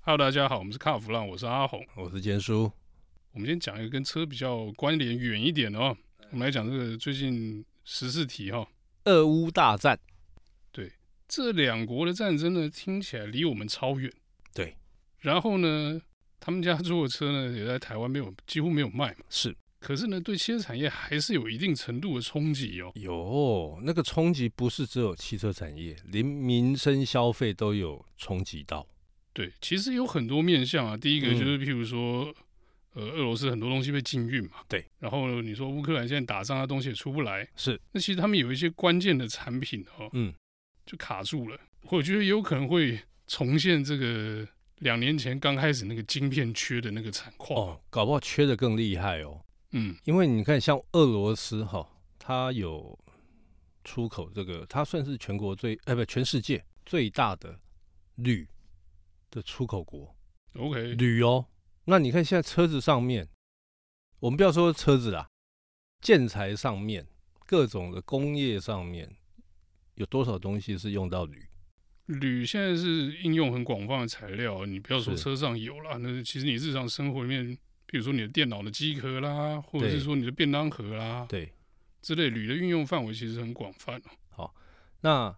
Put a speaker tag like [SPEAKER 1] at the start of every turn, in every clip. [SPEAKER 1] Hello，大家好，我们是卡弗浪，我是阿红。
[SPEAKER 2] 我是坚叔，
[SPEAKER 1] 我们今天讲一个跟车比较关联远一点的哦，我们来讲这个最近时事题哈、哦。
[SPEAKER 2] 俄乌大战，
[SPEAKER 1] 这两国的战争呢，听起来离我们超远。
[SPEAKER 2] 对。
[SPEAKER 1] 然后呢，他们家做的车呢，也在台湾没有几乎没有卖嘛。
[SPEAKER 2] 是
[SPEAKER 1] 可是呢，对汽车产业还是有一定程度的冲击哦。
[SPEAKER 2] 有那个冲击，不是只有汽车产业，连民生消费都有冲击到。
[SPEAKER 1] 对，其实有很多面向啊。第一个
[SPEAKER 2] 嗯
[SPEAKER 1] 就是譬如说，呃，俄罗斯很多东西被禁运嘛。
[SPEAKER 2] 对。
[SPEAKER 1] 然后你说乌克兰现在打仗，它东西也出不来。
[SPEAKER 2] 是，
[SPEAKER 1] 那其实他们有一些关键的产品哦，
[SPEAKER 2] 嗯，
[SPEAKER 1] 就卡住了。我觉得有可能会重现这个两年前刚开始那个晶片缺的那个惨况。
[SPEAKER 2] 哦，搞不好缺的更厉害哦。
[SPEAKER 1] 嗯，
[SPEAKER 2] 因为你看，像俄罗斯哈、它有出口这个，它算是全国最，呃，不，全世界最大的铝的出口国。
[SPEAKER 1] OK，
[SPEAKER 2] 铝哦。那你看现在车子上面，我们不要说车子啦，建材上面、各种的工业上面，有多少东西是用到铝？
[SPEAKER 1] 铝现在是应用很广泛的材料，你不要说
[SPEAKER 2] 是
[SPEAKER 1] 车上有啦，那其实你日常生活里面，比如说你的电脑的机壳啦，或者是
[SPEAKER 2] 对
[SPEAKER 1] 说你的便当盒啦
[SPEAKER 2] 对，
[SPEAKER 1] 之类，铝的运用范围其实很广泛哦。
[SPEAKER 2] 那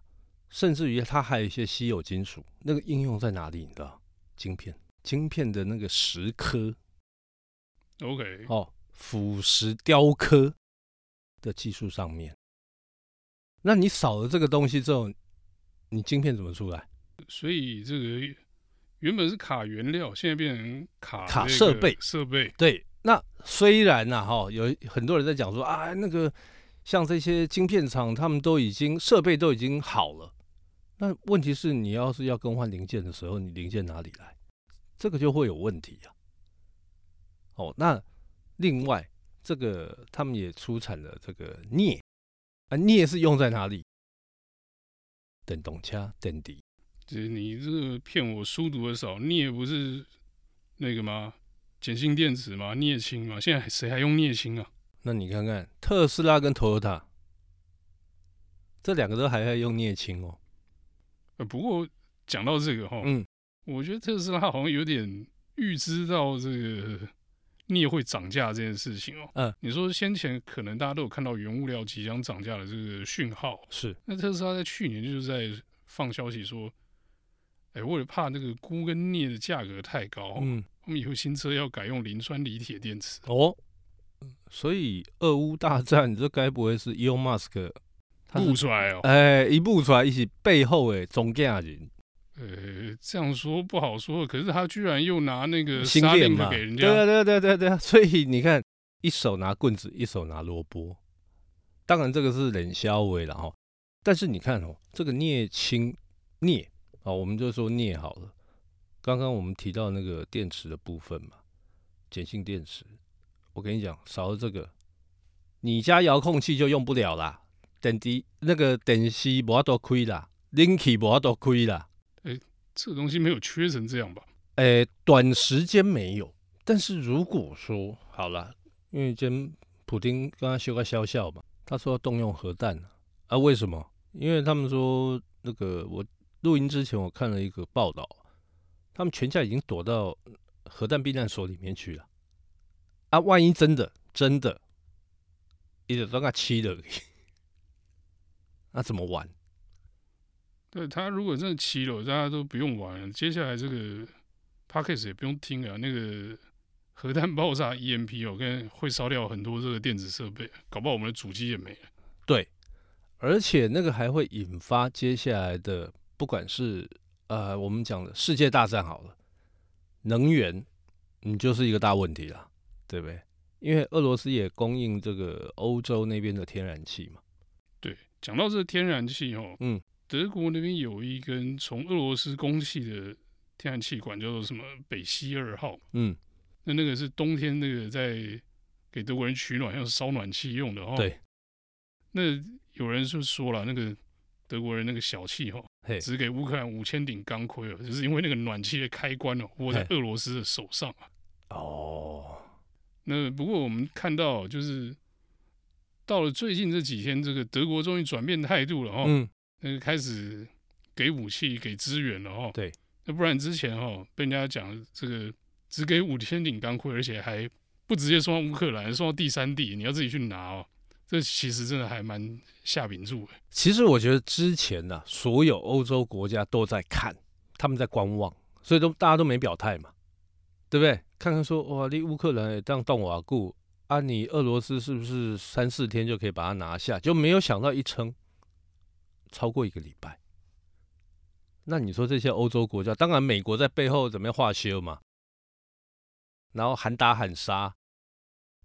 [SPEAKER 2] 甚至于它还有一些稀有金属，那个应用在哪里？你知道？晶片，晶片的那个石刻
[SPEAKER 1] OK，
[SPEAKER 2] 哦，腐蚀雕刻的技术上面。那你少了这个东西之后，你晶片怎么出来？
[SPEAKER 1] 所以这个原本是卡原料，现在变成卡
[SPEAKER 2] 卡
[SPEAKER 1] 这个
[SPEAKER 2] 设备
[SPEAKER 1] 设备。
[SPEAKER 2] 对，那虽然呐、哈、有很多人在讲说啊，那个像这些晶片厂，他们都已经设备都已经好了，那问题是你要是要更换零件的时候，你零件哪里来？这个就会有问题啊。哦，那另外这个他们也出产了这个镍，啊，镍是用在哪里？电动车、电池。
[SPEAKER 1] 这你这个骗我书读的少，镍不是那个吗？碱性电池吗？镍氢吗？现在谁还用镍氢啊？
[SPEAKER 2] 那你看看特斯拉跟 Toyota 这两个都还在用镍氢哦。
[SPEAKER 1] 呃，不过讲到这个哈，
[SPEAKER 2] 嗯，
[SPEAKER 1] 我觉得特斯拉好像有点预知到这个镍会涨价这件事情哦。
[SPEAKER 2] 嗯，
[SPEAKER 1] 你说先前可能大家都有看到原物料即将涨价的这个讯号，
[SPEAKER 2] 是
[SPEAKER 1] 那特斯拉在去年就是在放消息说，哎，为了怕那个钴跟镍的价格太高，
[SPEAKER 2] 嗯，
[SPEAKER 1] 我们以后新车要改用磷酸锂铁电池。
[SPEAKER 2] 哦，所以俄乌大战，这该不会是 Elon Musk 他
[SPEAKER 1] 不
[SPEAKER 2] 是
[SPEAKER 1] 出来哦，
[SPEAKER 2] 哎一步出来一起背后哎总家人
[SPEAKER 1] 呃，这样说不好说，可是他居然又拿那个
[SPEAKER 2] 嗯新
[SPEAKER 1] 沙
[SPEAKER 2] 店
[SPEAKER 1] 令的
[SPEAKER 2] 嘛？
[SPEAKER 1] 给人
[SPEAKER 2] 对
[SPEAKER 1] 家
[SPEAKER 2] 啊，对啊对啊对啊对 啊，所以你看一手拿棍子，一手拿萝卜，当然这个是冷消为了哈，但是你看哦，这个镍氢镍啊，我们就说镍好了。刚刚我们提到那个电池的部分嘛，碱性电池，我跟你讲，少了这个，你家遥控器就用不了啦，电池那个电视无多亏啦，冷气无多亏啦，
[SPEAKER 1] 这个东西没有缺成这样吧？
[SPEAKER 2] 诶，呃短时间没有，但是如果说好了，因为今天普丁刚刚修个消笑嘛，他说要动用核弹啊啊，为什么？因为他们说那个我录音之前我看了一个报道，他们全家已经躲到核弹避难所里面去了啊，万一真的真的，也得大概七 了，那怎么玩？
[SPEAKER 1] 对他如果真的骑了，大家都不用玩了，接下来这个 p a c k a g e 也不用听了，那个核弹爆炸 EMP 哦，跟会烧掉很多这个电子设备，搞不好我们的主机也没了。
[SPEAKER 2] 对，而且那个还会引发接下来的，不管是呃我们讲的世界大战好了，能源你就是一个大问题啦，对不对？因为俄罗斯也供应这个欧洲那边的天然气嘛，
[SPEAKER 1] 对，讲到这天然气哦，
[SPEAKER 2] 嗯，
[SPEAKER 1] 德国那边有一根从俄罗斯供气的天然气管，叫做什么北溪二号，
[SPEAKER 2] 嗯，
[SPEAKER 1] 那那个是冬天那个在给德国人取暖，像烧暖气用的哦。
[SPEAKER 2] 对，
[SPEAKER 1] 那有人就说了，那个德国人那个小气哈、
[SPEAKER 2] 嘿，
[SPEAKER 1] 只给乌克兰五千顶钢盔哦，就是因为那个暖气的开关哦握在
[SPEAKER 2] 嘿
[SPEAKER 1] 俄罗斯的手上啊。
[SPEAKER 2] 哦，
[SPEAKER 1] 那不过我们看到就是到了最近这几天，这个德国终于转变态度了哈、哦，
[SPEAKER 2] 嗯，
[SPEAKER 1] 那个开始给武器、给资源了哈、哦。
[SPEAKER 2] 对，
[SPEAKER 1] 那那不然之前哦被人家讲这个只给五千顶钢盔，而且还不直接送到乌克兰，送到第三地，你要自己去拿哦。这其实真的还蛮下秉注的。
[SPEAKER 2] 其实我觉得之前呢、所有欧洲国家都在看，他们在观望，所以都大家都没表态嘛，对不对？看看说，哇，你乌克兰也当动瓦固啊，你俄罗斯是不是三四天就可以把它拿下？就没有想到一撑超过一个礼拜。那你说这些欧洲国家，当然美国在背后怎么样化修嘛，然后喊打喊杀，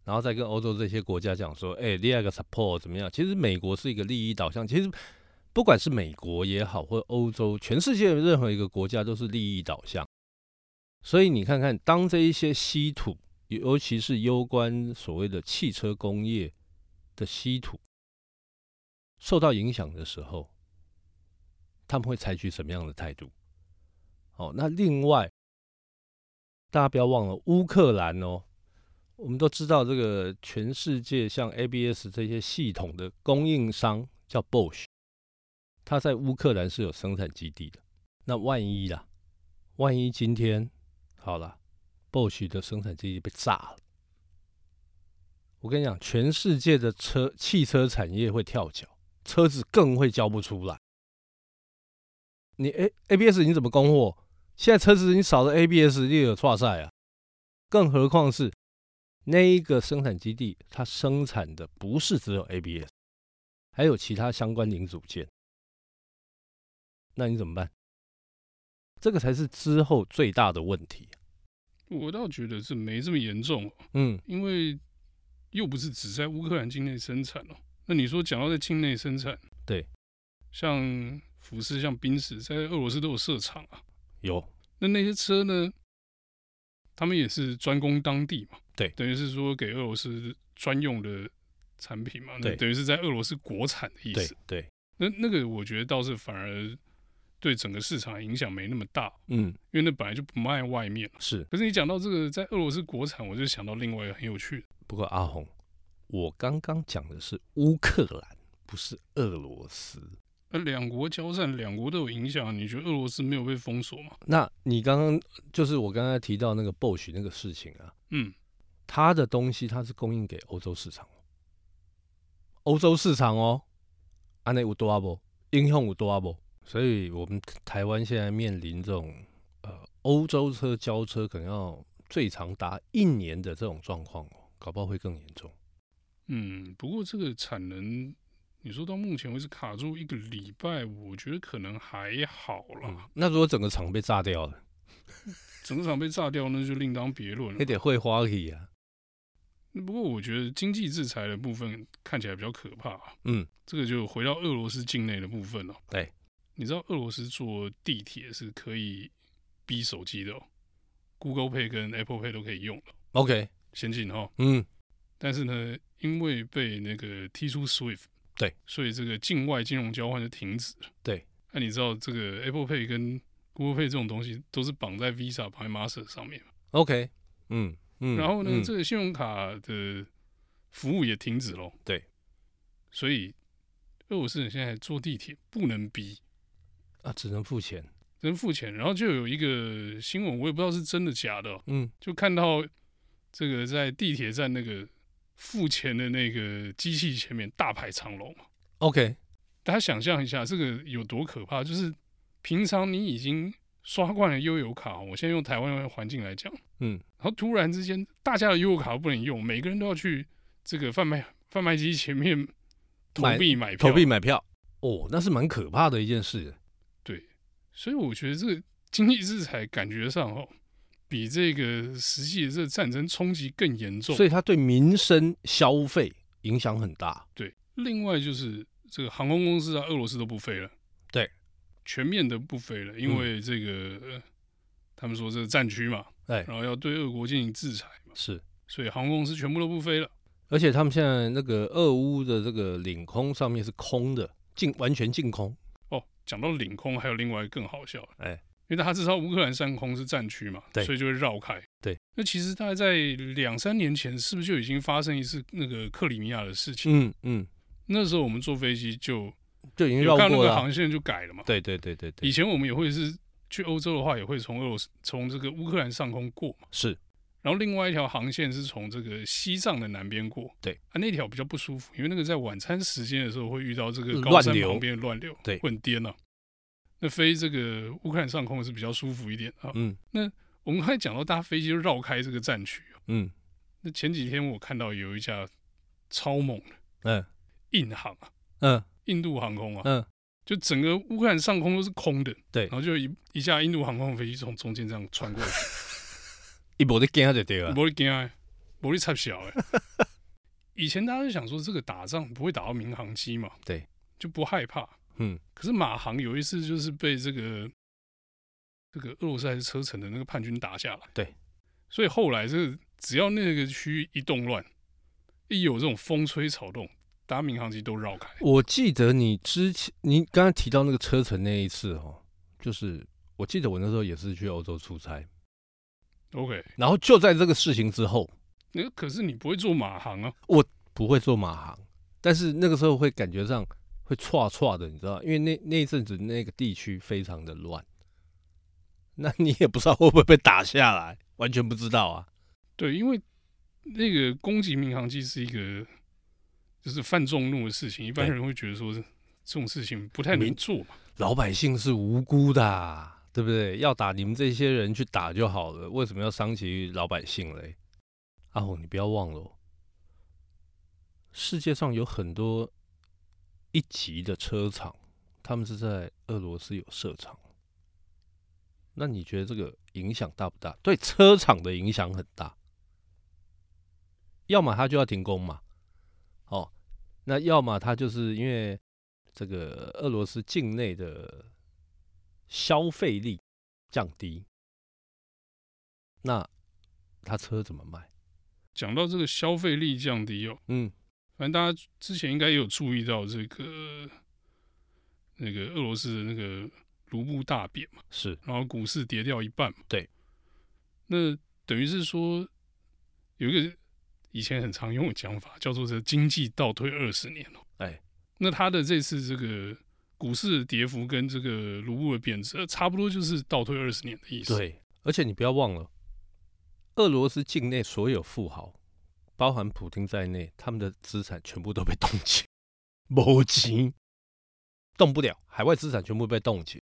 [SPEAKER 2] 然后再跟欧洲这些国家讲说，哎、第二个 support 怎么样？其实美国是一个利益导向，其实不管是美国也好，或欧洲，全世界任何一个国家都是利益导向。所以你看看，当这一些稀土，尤其是攸关所谓的汽车工业的稀土受到影响的时候，他们会采取什么样的态度？哦，那另外，大家不要忘了乌克兰哦，我们都知道这个全世界像 ABS 这些系统的供应商叫 Bosch，它在乌克兰是有生产基地的。那万一啦，万一今天好了，Bosch 的生产基地被炸了，我跟你讲，全世界的车汽车产业会跳脚，车子更会交不出来。你 A ABS 你怎么供货？现在车子你少了 ABS 你有错赛啊，更何况是那一个生产基地，它生产的不是只有 ABS，还有其他相关零组件。那你怎么办？这个才是之后最大的问题。
[SPEAKER 1] 我倒觉得这没这么严重哦，
[SPEAKER 2] 嗯，
[SPEAKER 1] 因为又不是只在乌克兰境内生产哦。那你说讲到在境内生产，
[SPEAKER 2] 对，
[SPEAKER 1] 像福斯、像宾士，在俄罗斯都有设厂啊。
[SPEAKER 2] 有，
[SPEAKER 1] 那那些车呢，他们也是专攻当地嘛，
[SPEAKER 2] 对
[SPEAKER 1] 等于是说给俄罗斯专用的产品嘛，那
[SPEAKER 2] 对
[SPEAKER 1] 等于是在俄罗斯国产的意
[SPEAKER 2] 对
[SPEAKER 1] 思。
[SPEAKER 2] 对，
[SPEAKER 1] 那那个我觉得倒是反而对整个市场影响没那么大，
[SPEAKER 2] 嗯，
[SPEAKER 1] 因为那本来就不卖外面。
[SPEAKER 2] 是。
[SPEAKER 1] 可是你讲到这个在俄罗斯国产，我就想到另外一个很有趣的，
[SPEAKER 2] 不过阿红，我刚刚讲的是乌克兰，不是俄罗斯。
[SPEAKER 1] 呃，两国交战，两国都有影响，你觉得俄罗斯没有被封锁吗？
[SPEAKER 2] 那你刚刚就是我刚才提到那个 Bosch 那个事情啊，
[SPEAKER 1] 嗯，
[SPEAKER 2] 它的东西它是供应给欧洲市场哦，欧洲市场哦，安内有多啊不？应用有多啊不？所以我们台湾现在面临这种呃欧洲车交车可能要最长达一年的这种状况哦，搞不好会更严重。
[SPEAKER 1] 嗯，不过这个产能，你说到目前为止卡住一个礼拜，我觉得可能还好啦。
[SPEAKER 2] 嗯，那如果整个厂被炸掉了，
[SPEAKER 1] 整个厂被炸掉，那就另当别论
[SPEAKER 2] 也
[SPEAKER 1] 了。
[SPEAKER 2] 得会花去啊。
[SPEAKER 1] 不过我觉得经济制裁的部分看起来比较可怕、啊。
[SPEAKER 2] 嗯，
[SPEAKER 1] 这个就回到俄罗斯境内的部分了、
[SPEAKER 2] 对，
[SPEAKER 1] 你知道俄罗斯坐地铁是可以逼手机的、哦、，Google Pay 跟 Apple Pay 都可以用了，
[SPEAKER 2] OK，
[SPEAKER 1] 先进哈、哦。
[SPEAKER 2] 嗯，
[SPEAKER 1] 但是呢，因为被那个踢出 SWIFT，
[SPEAKER 2] 对，
[SPEAKER 1] 所以这个境外金融交换就停止了。
[SPEAKER 2] 对，
[SPEAKER 1] 那、你知道这个 Apple Pay 跟 Google Pay 这种东西都是绑在 Visa、绑在 Master 上面嘛。
[SPEAKER 2] OK，嗯嗯，
[SPEAKER 1] 然后呢，
[SPEAKER 2] 嗯
[SPEAKER 1] 这个信用卡的服务也停止喽。
[SPEAKER 2] 对，
[SPEAKER 1] 所以俄罗斯人现在坐地铁不能逼，
[SPEAKER 2] 啊只能付钱，
[SPEAKER 1] 只能付钱。然后就有一个新闻，我也不知道是真的假的哦、
[SPEAKER 2] 嗯，
[SPEAKER 1] 就看到这个在地铁站那个付钱的那个机器前面大排长龙嘛。
[SPEAKER 2] OK，
[SPEAKER 1] 大家想象一下，这个有多可怕？就是平常你已经刷惯了悠游卡哦，我现在用台湾的环境来讲，
[SPEAKER 2] 嗯，
[SPEAKER 1] 然后突然之间，大家的优卡不能用，每个人都要去这个贩卖贩卖机前面投
[SPEAKER 2] 买
[SPEAKER 1] 币买票，
[SPEAKER 2] 投币买票，哦，那是蛮可怕的一件事。
[SPEAKER 1] 对，所以我觉得这个经济制裁感觉上哦，比这个实际的这个战争冲击更严重。
[SPEAKER 2] 所以它对民生消费影响很大。
[SPEAKER 1] 对，另外就是这个航空公司啊，俄罗斯都不飞了，
[SPEAKER 2] 对，嗯
[SPEAKER 1] 全面的不飞了，因为这个、呃他们说这个战区嘛，
[SPEAKER 2] 哎，
[SPEAKER 1] 然后要对俄国进行制裁嘛，
[SPEAKER 2] 是，
[SPEAKER 1] 所以航空公司全部都不飞了。
[SPEAKER 2] 而且他们现在那个俄乌的这个领空上面是空的，净完全净空。
[SPEAKER 1] 哦，讲到领空，还有另外一个更好笑的，
[SPEAKER 2] 哎
[SPEAKER 1] 因为他知道乌克兰上空是战区嘛，
[SPEAKER 2] 对
[SPEAKER 1] 所以就会绕开。
[SPEAKER 2] 对，
[SPEAKER 1] 那其实大概在两三年前，是不是就已经发生一次那个克里米亚的事情？
[SPEAKER 2] 嗯嗯，
[SPEAKER 1] 那时候我们坐飞机就
[SPEAKER 2] 就已经
[SPEAKER 1] 有
[SPEAKER 2] 绕
[SPEAKER 1] 看到那
[SPEAKER 2] 过
[SPEAKER 1] 个
[SPEAKER 2] 了啊。
[SPEAKER 1] 航线就改了嘛。
[SPEAKER 2] 对对对对
[SPEAKER 1] 以
[SPEAKER 2] 对，
[SPEAKER 1] 前我们也会是去欧洲的话，也会从俄罗斯从这个乌克兰上空过嘛。
[SPEAKER 2] 是
[SPEAKER 1] 然后另外一条航线是从这个西藏的南边过，
[SPEAKER 2] 对
[SPEAKER 1] 啊，那条比较不舒服，因为那个在晚餐时间的时候会遇到这个
[SPEAKER 2] 乱
[SPEAKER 1] 高山
[SPEAKER 2] 流
[SPEAKER 1] 旁边的乱流，
[SPEAKER 2] 对
[SPEAKER 1] 会很颠啊。那飞这个乌克兰上空是比较舒服一点啊。
[SPEAKER 2] 嗯
[SPEAKER 1] 我们刚才讲到搭飞机就绕开这个战区啊，
[SPEAKER 2] 嗯
[SPEAKER 1] 那前几天我看到有一架超猛的
[SPEAKER 2] 嗯
[SPEAKER 1] 印航啊，
[SPEAKER 2] 嗯
[SPEAKER 1] 印度航空啊，
[SPEAKER 2] 嗯，
[SPEAKER 1] 就整个乌克兰上空都是空的，
[SPEAKER 2] 对
[SPEAKER 1] 然后就一一架印度航空飞机从中间这样穿过去。
[SPEAKER 2] 一波的惊就对啊了，
[SPEAKER 1] 不会惊的，不会插小哎。 以前大家就想说这个打仗不会打到民航机嘛，
[SPEAKER 2] 对，
[SPEAKER 1] 就不害怕。
[SPEAKER 2] 嗯，
[SPEAKER 1] 可是马航有一次就是被这个这个俄罗斯还是车臣的那个叛军打下来，
[SPEAKER 2] 对，
[SPEAKER 1] 所以后来是只要那个区域一动乱，一有这种风吹草动，大家民航机都绕开。
[SPEAKER 2] 我记得你之前，你刚刚提到那个车程那一次哦，就是我记得我那时候也是去欧洲出差，
[SPEAKER 1] OK，
[SPEAKER 2] 然后就在这个事情之后，
[SPEAKER 1] 那可是你不会坐马航啊，
[SPEAKER 2] 不会做马航，但是那个时候会感觉上会歘歘的，你知道，因为那那一阵子那个地区非常的乱，那你也不知道会不会被打下来，完全不知道啊。
[SPEAKER 1] 对，因为那个攻击民航机是一个就是犯众怒的事情，一般
[SPEAKER 2] 对
[SPEAKER 1] 人会觉得说这种事情不太能
[SPEAKER 2] 民
[SPEAKER 1] 做嘛。
[SPEAKER 2] 老百姓是无辜的啊、对不对？要打你们这些人去打就好了，为什么要伤及老百姓嘞？阿红，你不要忘了、哦，世界上有很多一级的车厂，他们是在俄罗斯有设厂。那你觉得这个影响大不大？对车厂的影响很大，要么它就要停工嘛，哦，那要么它就是因为这个俄罗斯境内的消费力降低，那他车怎么卖？
[SPEAKER 1] 讲到这个消费力降低哦，
[SPEAKER 2] 嗯，
[SPEAKER 1] 反正大家之前应该也有注意到这个那个俄罗斯的那个卢布大贬嘛，
[SPEAKER 2] 是
[SPEAKER 1] 然后股市跌掉一半嘛。
[SPEAKER 2] 对，
[SPEAKER 1] 那等于是说有一个以前很常用的讲法，叫做这经济倒退二十年哦。
[SPEAKER 2] 哎，
[SPEAKER 1] 那它的这次这个股市的跌幅跟这个卢布的贬值，呃差不多就是倒退二十年的意思。，
[SPEAKER 2] 对，而且你不要忘了，俄罗斯境内所有富豪，包含普京在内，他们的资产全部都被冻结，没钱，动不了，海外资产全部被冻结。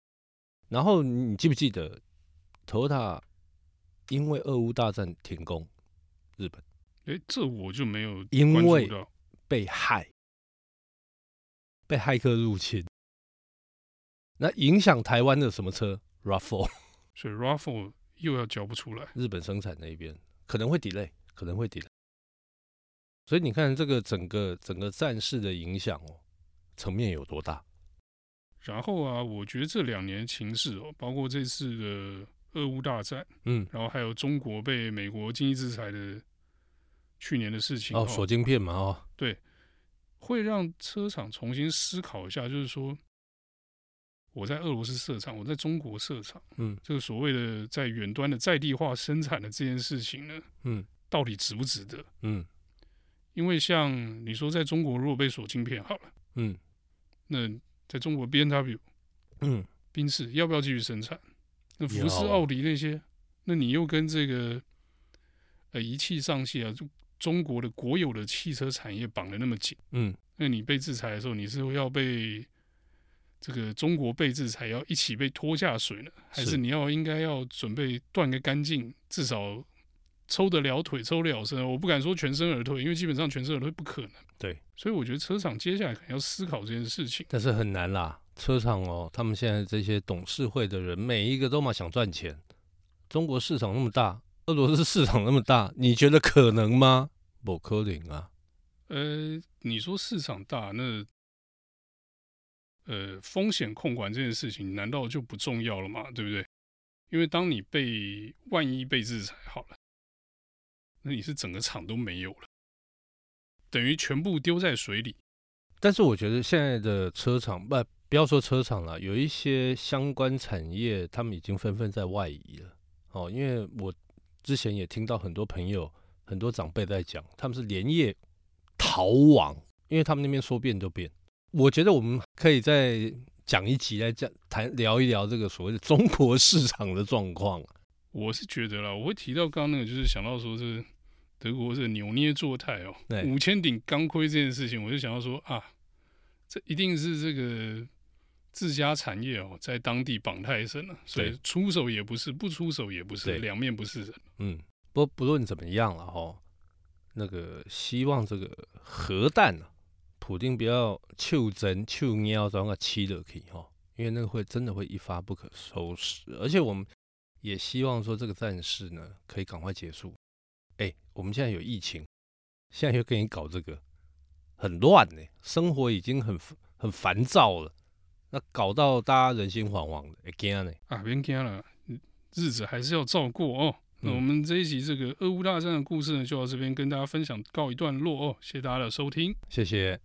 [SPEAKER 2] 然后你你记不记得，Toyota 因为俄乌大战停工，日本。
[SPEAKER 1] 哎，这我就没有
[SPEAKER 2] 因
[SPEAKER 1] 关注
[SPEAKER 2] 为
[SPEAKER 1] 到
[SPEAKER 2] 被害，被骇客入侵。那影响台湾的什么车？Raffle，
[SPEAKER 1] 所以 Raffle 又要交不出来。
[SPEAKER 2] 日本生产那一边可能会 delay，可能会 delay。所以你看这个整个整个战事的影响哦，层面有多大？
[SPEAKER 1] 然后啊，我觉得这两年情势哦，包括这次的俄乌大战，
[SPEAKER 2] 嗯，
[SPEAKER 1] 然后还有中国被美国经济制裁的去年的事情
[SPEAKER 2] 哦，锁晶片嘛，哦，
[SPEAKER 1] 会让车厂重新思考一下，就是说，我在俄罗斯设厂，我在中国设厂，
[SPEAKER 2] 嗯
[SPEAKER 1] 这个所谓的在远端的在地化生产的这件事情呢，
[SPEAKER 2] 嗯
[SPEAKER 1] 到底值不值得？
[SPEAKER 2] 嗯
[SPEAKER 1] 因为像你说，在中国如果被锁晶片好了，
[SPEAKER 2] 嗯
[SPEAKER 1] 那在中国 B N W、
[SPEAKER 2] 嗯，
[SPEAKER 1] 宾士要不要继续生产？那福
[SPEAKER 2] 要啊
[SPEAKER 1] 斯、奥迪那些，那你又跟这个呃一气上气啊，就中国的国有的汽车产业绑得那么紧。
[SPEAKER 2] 嗯，
[SPEAKER 1] 那你被制裁的时候，你是要被这个中国被制裁，要一起被拖下水呢，还
[SPEAKER 2] 是
[SPEAKER 1] 是你要应该要准备断个干净，至少抽得了腿，抽得了身？我不敢说全身而退，因为基本上全身而退不可能。
[SPEAKER 2] 对，
[SPEAKER 1] 所以我觉得车厂接下来可能要思考这件事情。
[SPEAKER 2] 但是很难啦。车厂哦，他们现在这些董事会的人，每一个都嘛想赚钱。中国市场那么大，俄罗斯市场那么大，你觉得可能吗？不可能啊！
[SPEAKER 1] 呃，你说市场大，那呃风险控管这件事情难道就不重要了吗？对不对？因为当你被万一被制裁好了，那你是整个厂都没有了，等于全部丢在水里。
[SPEAKER 2] 但是我觉得现在的车厂，不、不要说车厂了，有一些相关产业，他们已经纷纷在外移了。哦，因为我之前也听到很多朋友、很多长辈在讲，他们是连夜逃亡，因为他们那边说变就变。我觉得我们可以在讲一集来讲谈聊一聊这个所谓的中国市场的状况。
[SPEAKER 1] 我是觉得啦，我会提到刚刚那个，就是想到说是德国这扭捏作态哦
[SPEAKER 2] 对，
[SPEAKER 1] 五千顶钢盔这件事情，我就想到说啊，这一定是这个自家产业哦，在当地绑太深了，所以
[SPEAKER 2] 对
[SPEAKER 1] 出手也不是，不出手也不
[SPEAKER 2] 对
[SPEAKER 1] 是，两面不是人。
[SPEAKER 2] 嗯，不不论怎么样了哈，那个希望这个核弹啊，普丁不要求真求尿装个七了可以哈，因为那个会真的会一发不可收拾。而且我们也希望说这个战事呢可以赶快结束。哎、我们现在有疫情，现在又给你搞这个，很乱呢、生活已经很很烦躁了，那搞到大家人心惶惶的，会惊呢。
[SPEAKER 1] 啊，别惊了，日子还是要照过哦。那
[SPEAKER 2] 嗯
[SPEAKER 1] 我们这一集这个俄乌大战的故事呢，就到这边跟大家分享告一段落哦，谢谢大家的收听。
[SPEAKER 2] 谢谢。